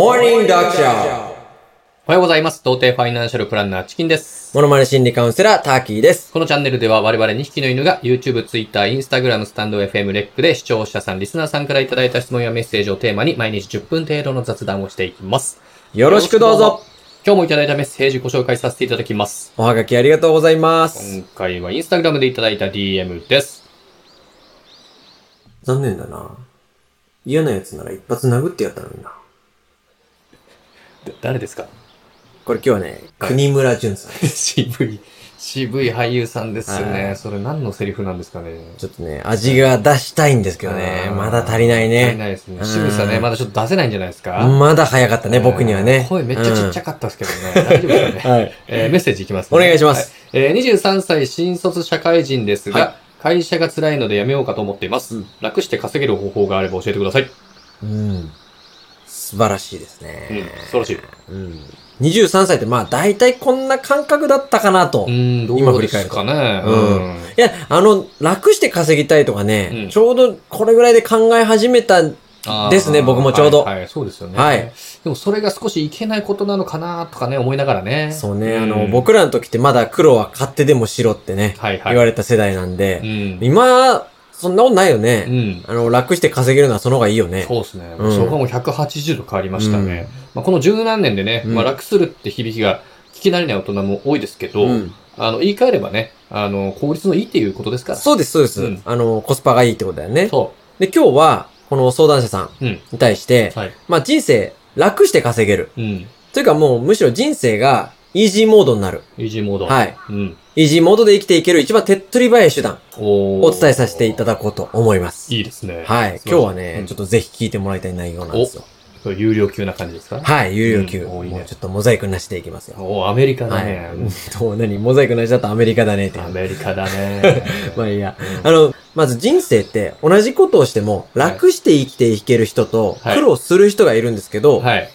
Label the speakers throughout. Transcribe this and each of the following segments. Speaker 1: Morning Doctor!
Speaker 2: おはようございます。童貞ファイナンシャルプランナーチキンです。
Speaker 1: モノマネ心理カウンセラー、ターキーです。
Speaker 2: このチャンネルでは我々2匹の犬が YouTube、Twitter、Instagram、スタンド FM、レックで視聴者さん、リスナーさんからいただいた質問やメッセージをテーマに毎日10分程度の雑談をしていきます。
Speaker 1: よろしくどうぞ。
Speaker 2: 今日もいただいたメッセージご紹介させていただきます。
Speaker 1: おはがきありがとうございます
Speaker 2: 今。回は Instagram でいただいた DM です。
Speaker 1: 残念だな。嫌な奴なら一発殴ってやったのにな。
Speaker 2: だ誰ですか
Speaker 1: これ今日はね、国村淳さん。
Speaker 2: 渋い、渋い俳優さんです
Speaker 1: は
Speaker 2: ね。
Speaker 1: い
Speaker 2: それ何のセリフなんですかね。
Speaker 1: ちょっとね、味が出したいんですけどね。
Speaker 2: あー
Speaker 1: まだ足りない
Speaker 2: 足り
Speaker 1: ね。
Speaker 2: ないですね。渋さね、
Speaker 1: うん
Speaker 2: まだちょっと出せないんじゃないですか。
Speaker 1: まだ早かったね、僕には
Speaker 2: え
Speaker 1: ね
Speaker 2: ー。声めっちゃちっちゃかったですけど ね。大丈夫ですか
Speaker 1: うん
Speaker 2: ね。
Speaker 1: はい。
Speaker 2: えーメッセージいきます、ね。
Speaker 1: お願いします
Speaker 2: はい。えー23歳新卒社会人ですが、
Speaker 1: は
Speaker 2: 会社が辛いので辞めようかと思っています、
Speaker 1: うん
Speaker 2: 楽して稼げる方法があれば教えてください。
Speaker 1: うん。素晴らしいです
Speaker 2: うん、
Speaker 1: ね。
Speaker 2: 素晴らしい。う
Speaker 1: うん。23歳ってまあ大体こんな感覚だったかなと。
Speaker 2: ーん、どうですかね。
Speaker 1: 今振り返ると
Speaker 2: うん
Speaker 1: いや、あの、楽して稼ぎたいとかね、
Speaker 2: うん
Speaker 1: ちょうどこれぐらいで考え始めた、
Speaker 2: あー
Speaker 1: ですね僕もちょうど
Speaker 2: はい、はいそうですよね。
Speaker 1: はい。
Speaker 2: でもそれが少しいけないことなのかなとかね、思いながらね。
Speaker 1: そうね、あの、
Speaker 2: ん
Speaker 1: 僕らの時ってまだ黒は勝手でも白ってね、
Speaker 2: はいはい。
Speaker 1: 言われた世代なんで、
Speaker 2: うん。
Speaker 1: 今、そんなことないよ
Speaker 2: う
Speaker 1: ね。
Speaker 2: ん。
Speaker 1: あの、楽して稼げるのはその方がいいよね。
Speaker 2: そうですね。
Speaker 1: うん
Speaker 2: そこはもう180度変わりましたね。まあ、この十何年でね、
Speaker 1: うん
Speaker 2: まあ、楽するって響きが聞き慣れない大人も多いですけど、
Speaker 1: うん
Speaker 2: あの、言い換えればね、あの、効率のいいっていうことですから。
Speaker 1: そうです、そうです、
Speaker 2: うん
Speaker 1: あの、コスパがいいってことだよね。
Speaker 2: そ
Speaker 1: で、今日は、この相談者さん
Speaker 2: う。うん。
Speaker 1: に対して、
Speaker 2: はい。
Speaker 1: まあ人生、楽して稼げる。
Speaker 2: うん。
Speaker 1: というかもう、むしろ人生が、イージーモードになる。
Speaker 2: イージーモード。い。
Speaker 1: はい。
Speaker 2: うん。
Speaker 1: イージーモードで生きていける一番手っ取り早い手段。
Speaker 2: お
Speaker 1: お伝えさせていた
Speaker 2: だ
Speaker 1: だこうと思います。
Speaker 2: いいですね。
Speaker 1: はい。今日はね、ちょっ
Speaker 2: っ
Speaker 1: とぜひ聞いてもらいたい内容なんですよ。
Speaker 2: と。有料級な感じですか
Speaker 1: はい、有料級。
Speaker 2: うんおいいね
Speaker 1: もうちょっとモザイクなしでいきますよ。
Speaker 2: おアメリカだ
Speaker 1: は
Speaker 2: ね
Speaker 1: い。。どう何モザイクなしだとアメリカだねって
Speaker 2: ア
Speaker 1: いう。。
Speaker 2: メリカだね
Speaker 1: まあいいや。
Speaker 2: うん
Speaker 1: あの、まず人生って同じことをしても楽して生きていける人と
Speaker 2: はい
Speaker 1: 苦労する人がいるんですけど、
Speaker 2: はい。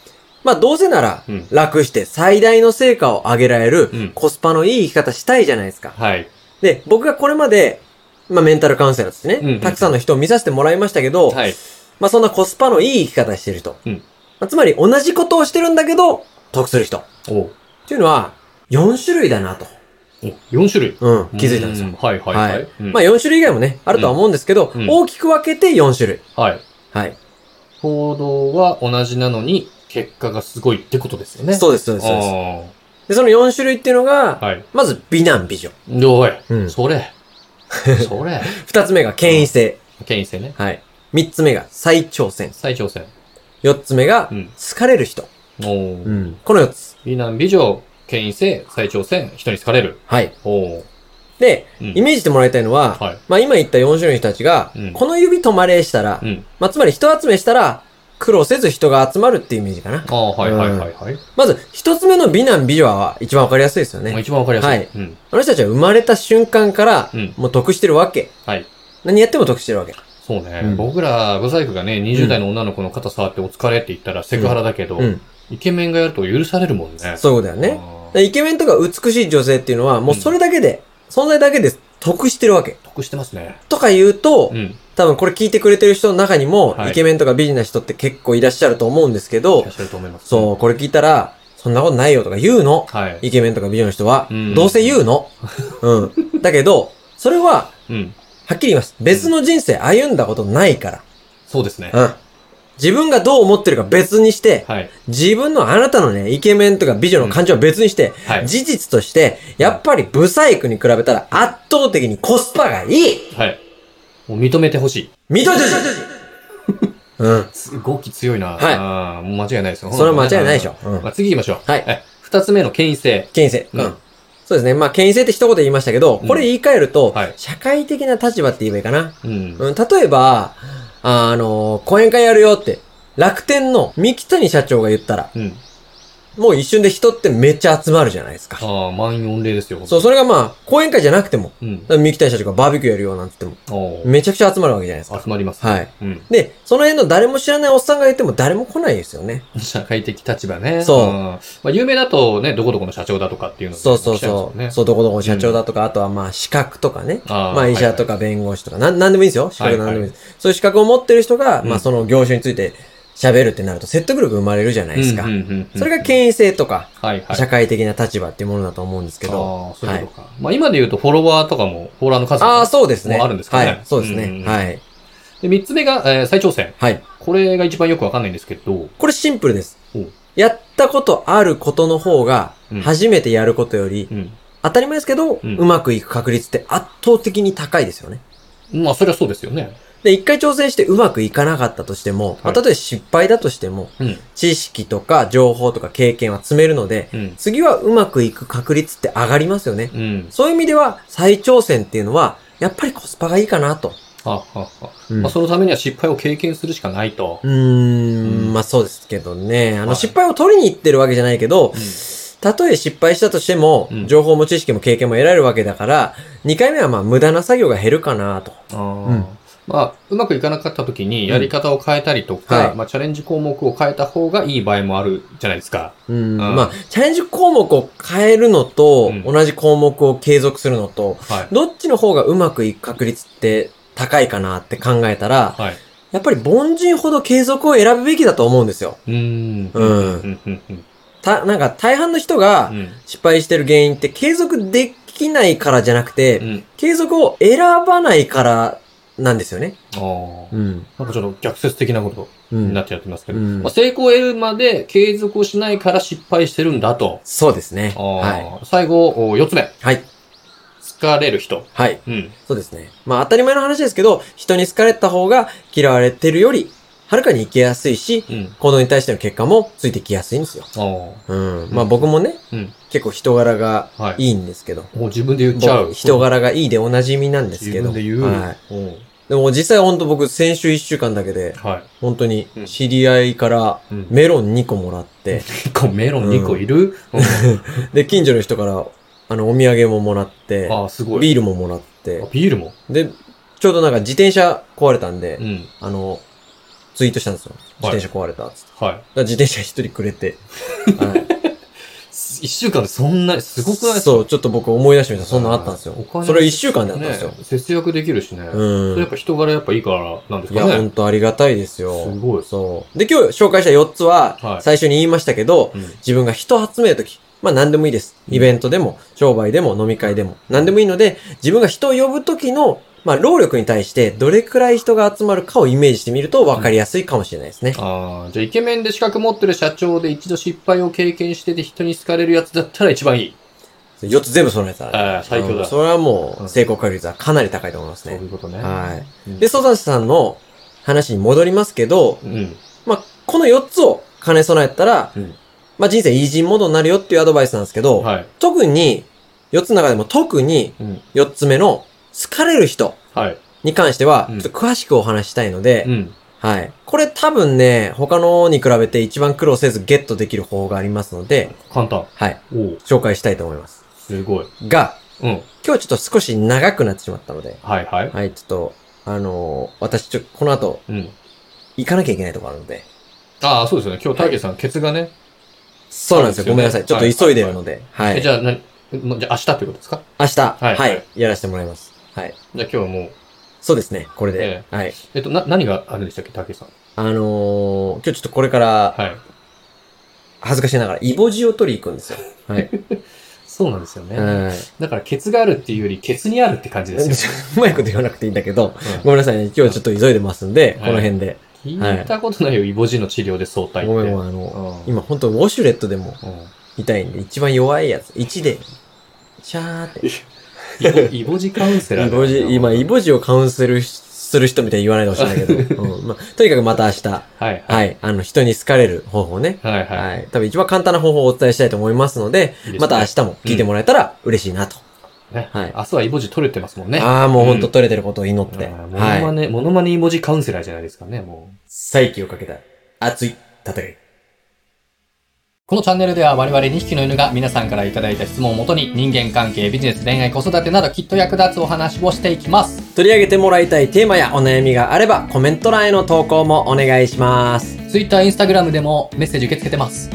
Speaker 1: まあどうせなら
Speaker 2: うん。
Speaker 1: 楽して最大の成果を上げられる
Speaker 2: うん
Speaker 1: コスパのいい生き方したいじゃないですか。
Speaker 2: はい。
Speaker 1: で、僕がこれまで、まあメンタルカウンセラーですね、
Speaker 2: うんうん
Speaker 1: たくさんの人を見させてもらいましたけど、
Speaker 2: はい。
Speaker 1: まあそんなコスパのいい生き方してる人。
Speaker 2: うん
Speaker 1: まあ、つまり同じことをしてるんだけど、得する人。っ
Speaker 2: お
Speaker 1: ていうのは、4種類だなと。
Speaker 2: お4種類。
Speaker 1: うん、気づいたんですよ。
Speaker 2: う。はいはいは
Speaker 1: はい
Speaker 2: い。うん
Speaker 1: まあ4種類以外もね、あるとは思うんですけど、
Speaker 2: うんうん
Speaker 1: 大きく分けて4種類。
Speaker 2: はい。
Speaker 1: はい。
Speaker 2: 行動は同じなのに、結果がすごいってことですよね。う
Speaker 1: そうです、そうです、そうです。
Speaker 2: で
Speaker 1: で、その4種類っていうのが、
Speaker 2: はい。
Speaker 1: まず美男美女。
Speaker 2: どうや。
Speaker 1: うん。
Speaker 2: そ れ。それ。
Speaker 1: 2つ目が権威性。
Speaker 2: 権威性ね。
Speaker 1: はい。3つ目が再挑戦。
Speaker 2: 再挑戦。
Speaker 1: 4つ目が
Speaker 2: うん。
Speaker 1: 疲れる人。
Speaker 2: おー
Speaker 1: うん。この4つ。
Speaker 2: 美男美女、権威性、再挑戦、人に好かれる。
Speaker 1: はい。
Speaker 2: おー
Speaker 1: で、
Speaker 2: うん
Speaker 1: イメージしてもらいたいのは、
Speaker 2: はい。
Speaker 1: まあ今言った4種類の人たちが、
Speaker 2: うん
Speaker 1: この指止まれしたら、
Speaker 2: うん。
Speaker 1: まあ、つまり人集めしたら、苦労せず人が集まるっていうイメージかな。
Speaker 2: ああ、はいはいはいはい。
Speaker 1: まず、一つ目の美男美女は一番わかりやすいですよ
Speaker 2: まあ
Speaker 1: ね。
Speaker 2: 一番わかりやすい。
Speaker 1: はい
Speaker 2: うん。
Speaker 1: あの人たちは生まれた瞬間から
Speaker 2: うん、
Speaker 1: もう得してるわけ。
Speaker 2: はい。
Speaker 1: 何やっても得してるわけ。
Speaker 2: そうね。
Speaker 1: うん
Speaker 2: 僕ら、ブサイクがね、20代の女の子の肩触ってお疲れって言ったらセクハラだけど、
Speaker 1: うん。
Speaker 2: イケメンがやると許されるもんね。
Speaker 1: そういうことだよね。
Speaker 2: あー
Speaker 1: でイケメンとか美しい女性っていうのは、もうそれだけで、存在だけで得してるわけ。
Speaker 2: 得してますね。
Speaker 1: とか言うと、
Speaker 2: うん。
Speaker 1: 多分これ聞いてくれてる人の中にも、
Speaker 2: はい
Speaker 1: イケメンとか美人な人って結構いらっしゃると思うんですけ
Speaker 2: い
Speaker 1: ど
Speaker 2: らっ、しゃると思います。
Speaker 1: そう、これ聞いたら、そんなことないよとか言うの。
Speaker 2: はい。
Speaker 1: イケメンとか美女の人は
Speaker 2: う、ん
Speaker 1: どうせ言う の。うん。だけど、それは、
Speaker 2: うん。
Speaker 1: はっきり言います。別の人生歩んだことないか
Speaker 2: そうですね。
Speaker 1: ら。うん。自分がどう思ってるか別にして、
Speaker 2: はい。
Speaker 1: 自分のあなたのね、イケメンとか美女の感情は別にして、
Speaker 2: はい。
Speaker 1: 事実として、やっぱりブサイクに比べたら圧倒的にコスパがいい
Speaker 2: はい。もう認めてほしい。
Speaker 1: 見といて ほしいうん。
Speaker 2: す語気強いな。
Speaker 1: はい
Speaker 2: あーもう間違いないですよ。
Speaker 1: それは間違いないでしょ。う
Speaker 2: うん。ま
Speaker 1: ん。
Speaker 2: あ、次行きましょう。
Speaker 1: はい
Speaker 2: え。二つ目の権威性。
Speaker 1: 権威性。
Speaker 2: うん
Speaker 1: うん。そうですね。まあ、権威性って一言で言いましたけど、これ言い換えると
Speaker 2: はい、
Speaker 1: 社会的な立場って言えばいいかな。
Speaker 2: うん。
Speaker 1: うん、例えば、あの、講演会やるよって、楽天の三木谷社長が言ったら、
Speaker 2: うん。
Speaker 1: もう一瞬で人ってめっちゃ集まるじゃないですか。
Speaker 2: ああ、満員御礼ですよ。
Speaker 1: そう、それがまあ、講演会じゃなくても、
Speaker 2: う。うん。
Speaker 1: 三木谷社長がバーベキューやるよなんて言って
Speaker 2: お
Speaker 1: も、
Speaker 2: ー
Speaker 1: めちゃくちゃ集まるわけじゃないですか。
Speaker 2: 集まります。
Speaker 1: はい。
Speaker 2: うん。
Speaker 1: で、その辺の誰も知らないおっさんが言っても誰も来ないですよね。
Speaker 2: 社会的立場ね。
Speaker 1: そうん
Speaker 2: まあ、有名だとね、どこどこの社長だとかっていうの
Speaker 1: そうそう
Speaker 2: そ
Speaker 1: そう。
Speaker 2: う。ね。
Speaker 1: そう、どこどこの社長だとか、あとはまあ、資格とかね。
Speaker 2: あー
Speaker 1: まあ、医者と。
Speaker 2: は
Speaker 1: か弁護士とか、なん、なんでもいいんですよ。資格なんでもいい
Speaker 2: は
Speaker 1: です。そういう資格を持ってる人が、
Speaker 2: うん
Speaker 1: まあ、その業種について喋るってなると説得力生まれるじゃないですか。
Speaker 2: うんうんうんうん
Speaker 1: それが権威性とか、
Speaker 2: はいはい。
Speaker 1: 社会的な立場っていうものだと思うんですけど。
Speaker 2: ああ、そういうことか。まあ今で言うとフォロワーとかも、フォロワーの数と
Speaker 1: ああ、
Speaker 2: か
Speaker 1: そうですね。
Speaker 2: もうあるんですかね
Speaker 1: はい。そうです
Speaker 2: うんうんう
Speaker 1: ね。
Speaker 2: ん
Speaker 1: はい。
Speaker 2: で、三つ目が、えー再挑戦。
Speaker 1: はい。
Speaker 2: これが一番よくわかんないんですけど、
Speaker 1: これシンプルです
Speaker 2: ほう。
Speaker 1: やったことあることの方が
Speaker 2: うん、
Speaker 1: 初めてやることより、
Speaker 2: うん。
Speaker 1: 当たり前ですけど、
Speaker 2: うん
Speaker 1: うまくいく確率って圧倒的に高いですよね。
Speaker 2: まあそれはそうですよね。
Speaker 1: で、一回挑戦してうまくいかなかったとしても、
Speaker 2: はい
Speaker 1: まあ例えば失敗だとしても、
Speaker 2: うん。
Speaker 1: 知識とか情報とか経験は積めるので、
Speaker 2: うん。
Speaker 1: 次はうまくいく確率って上がりますよね。
Speaker 2: うん。
Speaker 1: そういう意味では、再挑戦っていうのは、やっぱりコスパがいいかなと。
Speaker 2: ははは。
Speaker 1: うん
Speaker 2: まあそのためには失敗を経験するしかないと。
Speaker 1: うー
Speaker 2: うん
Speaker 1: ん、まあそうですけどね。あ
Speaker 2: は
Speaker 1: の、
Speaker 2: い
Speaker 1: 失敗を取りに行ってるわけじゃないけど、たとえ失敗したとしても
Speaker 2: うん、
Speaker 1: 情報も知識も経験も得られるわけだから、2回目はまあ無駄な作業が減るかなと。
Speaker 2: あー
Speaker 1: うん
Speaker 2: まあ、うまくいかなかった時にやり方を変えたりと
Speaker 1: うん
Speaker 2: か、
Speaker 1: はい
Speaker 2: まあチャレンジ項目を変えた方がいい場合もあるじゃないですか。
Speaker 1: うん、
Speaker 2: あー
Speaker 1: まあ、チャレンジ項目を変えるのと、
Speaker 2: うん
Speaker 1: 同じ項目を継続するのと、
Speaker 2: はい。
Speaker 1: どっちの方がうまくいく確率って高いかなって考えたら、
Speaker 2: はい。
Speaker 1: やっぱり凡人ほど継続を選ぶべきだと思うんですよ。
Speaker 2: うーん。
Speaker 1: うん
Speaker 2: うん。うん。うん。
Speaker 1: た、なんか大半の人が
Speaker 2: うん
Speaker 1: 失敗してる原因って継続できないからじゃなくて、
Speaker 2: うん。
Speaker 1: 継続を選ばないからなんですよね。
Speaker 2: あ
Speaker 1: う
Speaker 2: あ。
Speaker 1: ん。
Speaker 2: なんかちょっと逆説的なこと
Speaker 1: う。
Speaker 2: になんっちゃってますけど、
Speaker 1: うん
Speaker 2: まあ、成功を得るまで継続をしないから失敗してるんだと。
Speaker 1: そうですね。
Speaker 2: あー
Speaker 1: は
Speaker 2: 最後、お4つ目。
Speaker 1: い。はい。
Speaker 2: 疲れる人。
Speaker 1: はい。
Speaker 2: うん。
Speaker 1: そうですね。まあ当たり前の話ですけど、人に好かれた方が嫌われてるより、はるかに生きやすいし、
Speaker 2: うん。
Speaker 1: 行動に対しての結果もついてきやすいんですよ。
Speaker 2: あ
Speaker 1: うん。まあ僕もね、
Speaker 2: うん
Speaker 1: 結構人柄が
Speaker 2: あ。はい。
Speaker 1: いいんですけど、
Speaker 2: もう自分で言っちゃう。
Speaker 1: 僕人柄がいいでおなじみなんですけど、
Speaker 2: 自分で言う。
Speaker 1: はい。
Speaker 2: おう
Speaker 1: でも実際ほんと僕先週1週間だけで、
Speaker 2: はい。
Speaker 1: 本当に
Speaker 2: うん
Speaker 1: 知り合いから
Speaker 2: うん
Speaker 1: メロン2個もらって、
Speaker 2: 結構メロン2個いる、うん
Speaker 1: で、近所の人から、あの、お土産ももらって、
Speaker 2: ああ、すごい。
Speaker 1: ビールももらって
Speaker 2: あ、ビールも。
Speaker 1: で、ちょうどなんか自転車壊れたんで、
Speaker 2: うん。
Speaker 1: あの、ツイートしたんですよ。
Speaker 2: はい
Speaker 1: 自転車壊れたっつって。だか
Speaker 2: はい。
Speaker 1: ら自転車一人くれ て。はい
Speaker 2: す一週間でそんな、すごくない
Speaker 1: そう、ちょっと僕思い出してみたらそんなのあったんですよ
Speaker 2: お金。
Speaker 1: それ一週間であったんですよ
Speaker 2: ね。節約できるしね。それ
Speaker 1: う
Speaker 2: やっ
Speaker 1: ん。
Speaker 2: ぱ人柄やっぱいいからなんです
Speaker 1: い
Speaker 2: か
Speaker 1: や、
Speaker 2: ね。
Speaker 1: ほんとありがたいです
Speaker 2: す
Speaker 1: よ。
Speaker 2: ごい。
Speaker 1: そう。で、今日紹介した4つ
Speaker 2: はい
Speaker 1: は、最初に言いましたけど、
Speaker 2: うん
Speaker 1: 自分が人を集めるとき、まあ何でもいいです。イベントでも、商売でも、飲み会でも、何でもいいので、自分が人を呼ぶときの、まあ労力に対して、どれくらい人が集まるかをイメージしてみると分かりやすいかもしれないですね。
Speaker 2: ああ、じゃあイケメンで資格持ってる社長で一度失敗を経験してて人に好かれるやつだったら一番いい。
Speaker 1: 4つ全部揃えたら、
Speaker 2: ああ、最強
Speaker 1: う
Speaker 2: だ。
Speaker 1: ん
Speaker 2: そう
Speaker 1: それはもう、成功確率はかなり高いと思います
Speaker 2: い
Speaker 1: ね。
Speaker 2: うことね。。
Speaker 1: はいい。で、ソダシさんの話に戻りますけど、
Speaker 2: うん。
Speaker 1: まあ、この4つを兼ね備えたら、
Speaker 2: うん
Speaker 1: まあ人生イージーモードになるよっていうアドバイスなんですけど、
Speaker 2: はい。
Speaker 1: 特に、4つの中でも特に
Speaker 2: うん。
Speaker 1: 4つ目の、好かれる人
Speaker 2: はい。
Speaker 1: に関しては、
Speaker 2: う
Speaker 1: ち
Speaker 2: ん
Speaker 1: ょっと詳しくお話ししたいので、
Speaker 2: うん。
Speaker 1: はい。これ多分ね、他のに比べて一番苦労せずゲットできる方法がありますので、
Speaker 2: 簡単。
Speaker 1: はい。
Speaker 2: おお
Speaker 1: 紹介したいと思います。
Speaker 2: すごい。
Speaker 1: が、
Speaker 2: うん。
Speaker 1: 今日ちょっと少し長くなってしまったので、
Speaker 2: はいはい。
Speaker 1: はい、ちょっと、あのー私ちょ、この後、
Speaker 2: うん。
Speaker 1: 行かなきゃいけないとこあるので。
Speaker 2: ああ、そうですよね。今日、たけさん、ケツがね。
Speaker 1: そうなんですよ。
Speaker 2: そ
Speaker 1: ご
Speaker 2: うですよね
Speaker 1: めんなさい。ちょっと急いでるので。はい。
Speaker 2: えじゃあ、なに、もうじゃあ明日ってことですか
Speaker 1: 明日、
Speaker 2: は
Speaker 1: はいい、
Speaker 2: はい
Speaker 1: やらせてもらいます。はい。
Speaker 2: じゃあ今日はもう、
Speaker 1: そうですね。これで。
Speaker 2: え
Speaker 1: はい。
Speaker 2: えっと、な、何があるんでしたっけ、たけさん。
Speaker 1: あのー、今日ちょっとこれから、
Speaker 2: はい。
Speaker 1: 恥ずかしながら、イボジを取りに行くんですよ。はい。
Speaker 2: そうなんですよね。
Speaker 1: はい。
Speaker 2: だから、ケツがあるっていうより、ケツにあるって感じですよ。
Speaker 1: うまいこと言わなくていいんだけど、
Speaker 2: う
Speaker 1: ごめんなさいね。今日はちょっと急いでますんで、
Speaker 2: はい
Speaker 1: この辺で。
Speaker 2: ん聞いたことないよ、イボジの治療で早退って。
Speaker 1: ごめんご
Speaker 2: ん。
Speaker 1: めん。あの、
Speaker 2: うん
Speaker 1: 今本当ウォシュレットでも
Speaker 2: うん
Speaker 1: 痛いんで、一番弱いやつ。1で、シャーって。
Speaker 2: イボ イボジカウンセラー
Speaker 1: イボジ、今、イボジをカウンセルする人みたいに言わないでほしいんだけど、うんまあ、とにかくまた明日、
Speaker 2: はいは。
Speaker 1: はいい、あの、人に好かれる方法ね。
Speaker 2: はいはい。
Speaker 1: はい。多分一番簡単な方法をお伝えしたいと思いますので、
Speaker 2: いいですね
Speaker 1: また明日も聞いてもらえたら嬉しいなと。
Speaker 2: ね
Speaker 1: はい
Speaker 2: 明日はイボジ取れてますもんね。
Speaker 1: ああ、もうほんと
Speaker 2: うん
Speaker 1: 取れてることを祈って。
Speaker 2: あーモノマ
Speaker 1: はい。
Speaker 2: ネ、モノマネイボジカウンセラーじゃないですかね、もう。
Speaker 1: 再起をかけた熱い戦い。
Speaker 2: このチャンネルでは我々2匹の犬が皆さんからいただいた質問をもとに人間関係、ビジネス、恋愛、子育てなどきっと役立つお話をしていきます。
Speaker 1: 取り上げてもらいたいテーマやお悩みがあれば、コメント欄への投稿もお願いします。
Speaker 2: Twitter、Instagram でもメッセージ受け付けてます。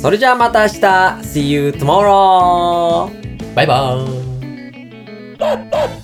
Speaker 1: それじゃあまた明日 !See you tomorrow!
Speaker 2: バイバーイ。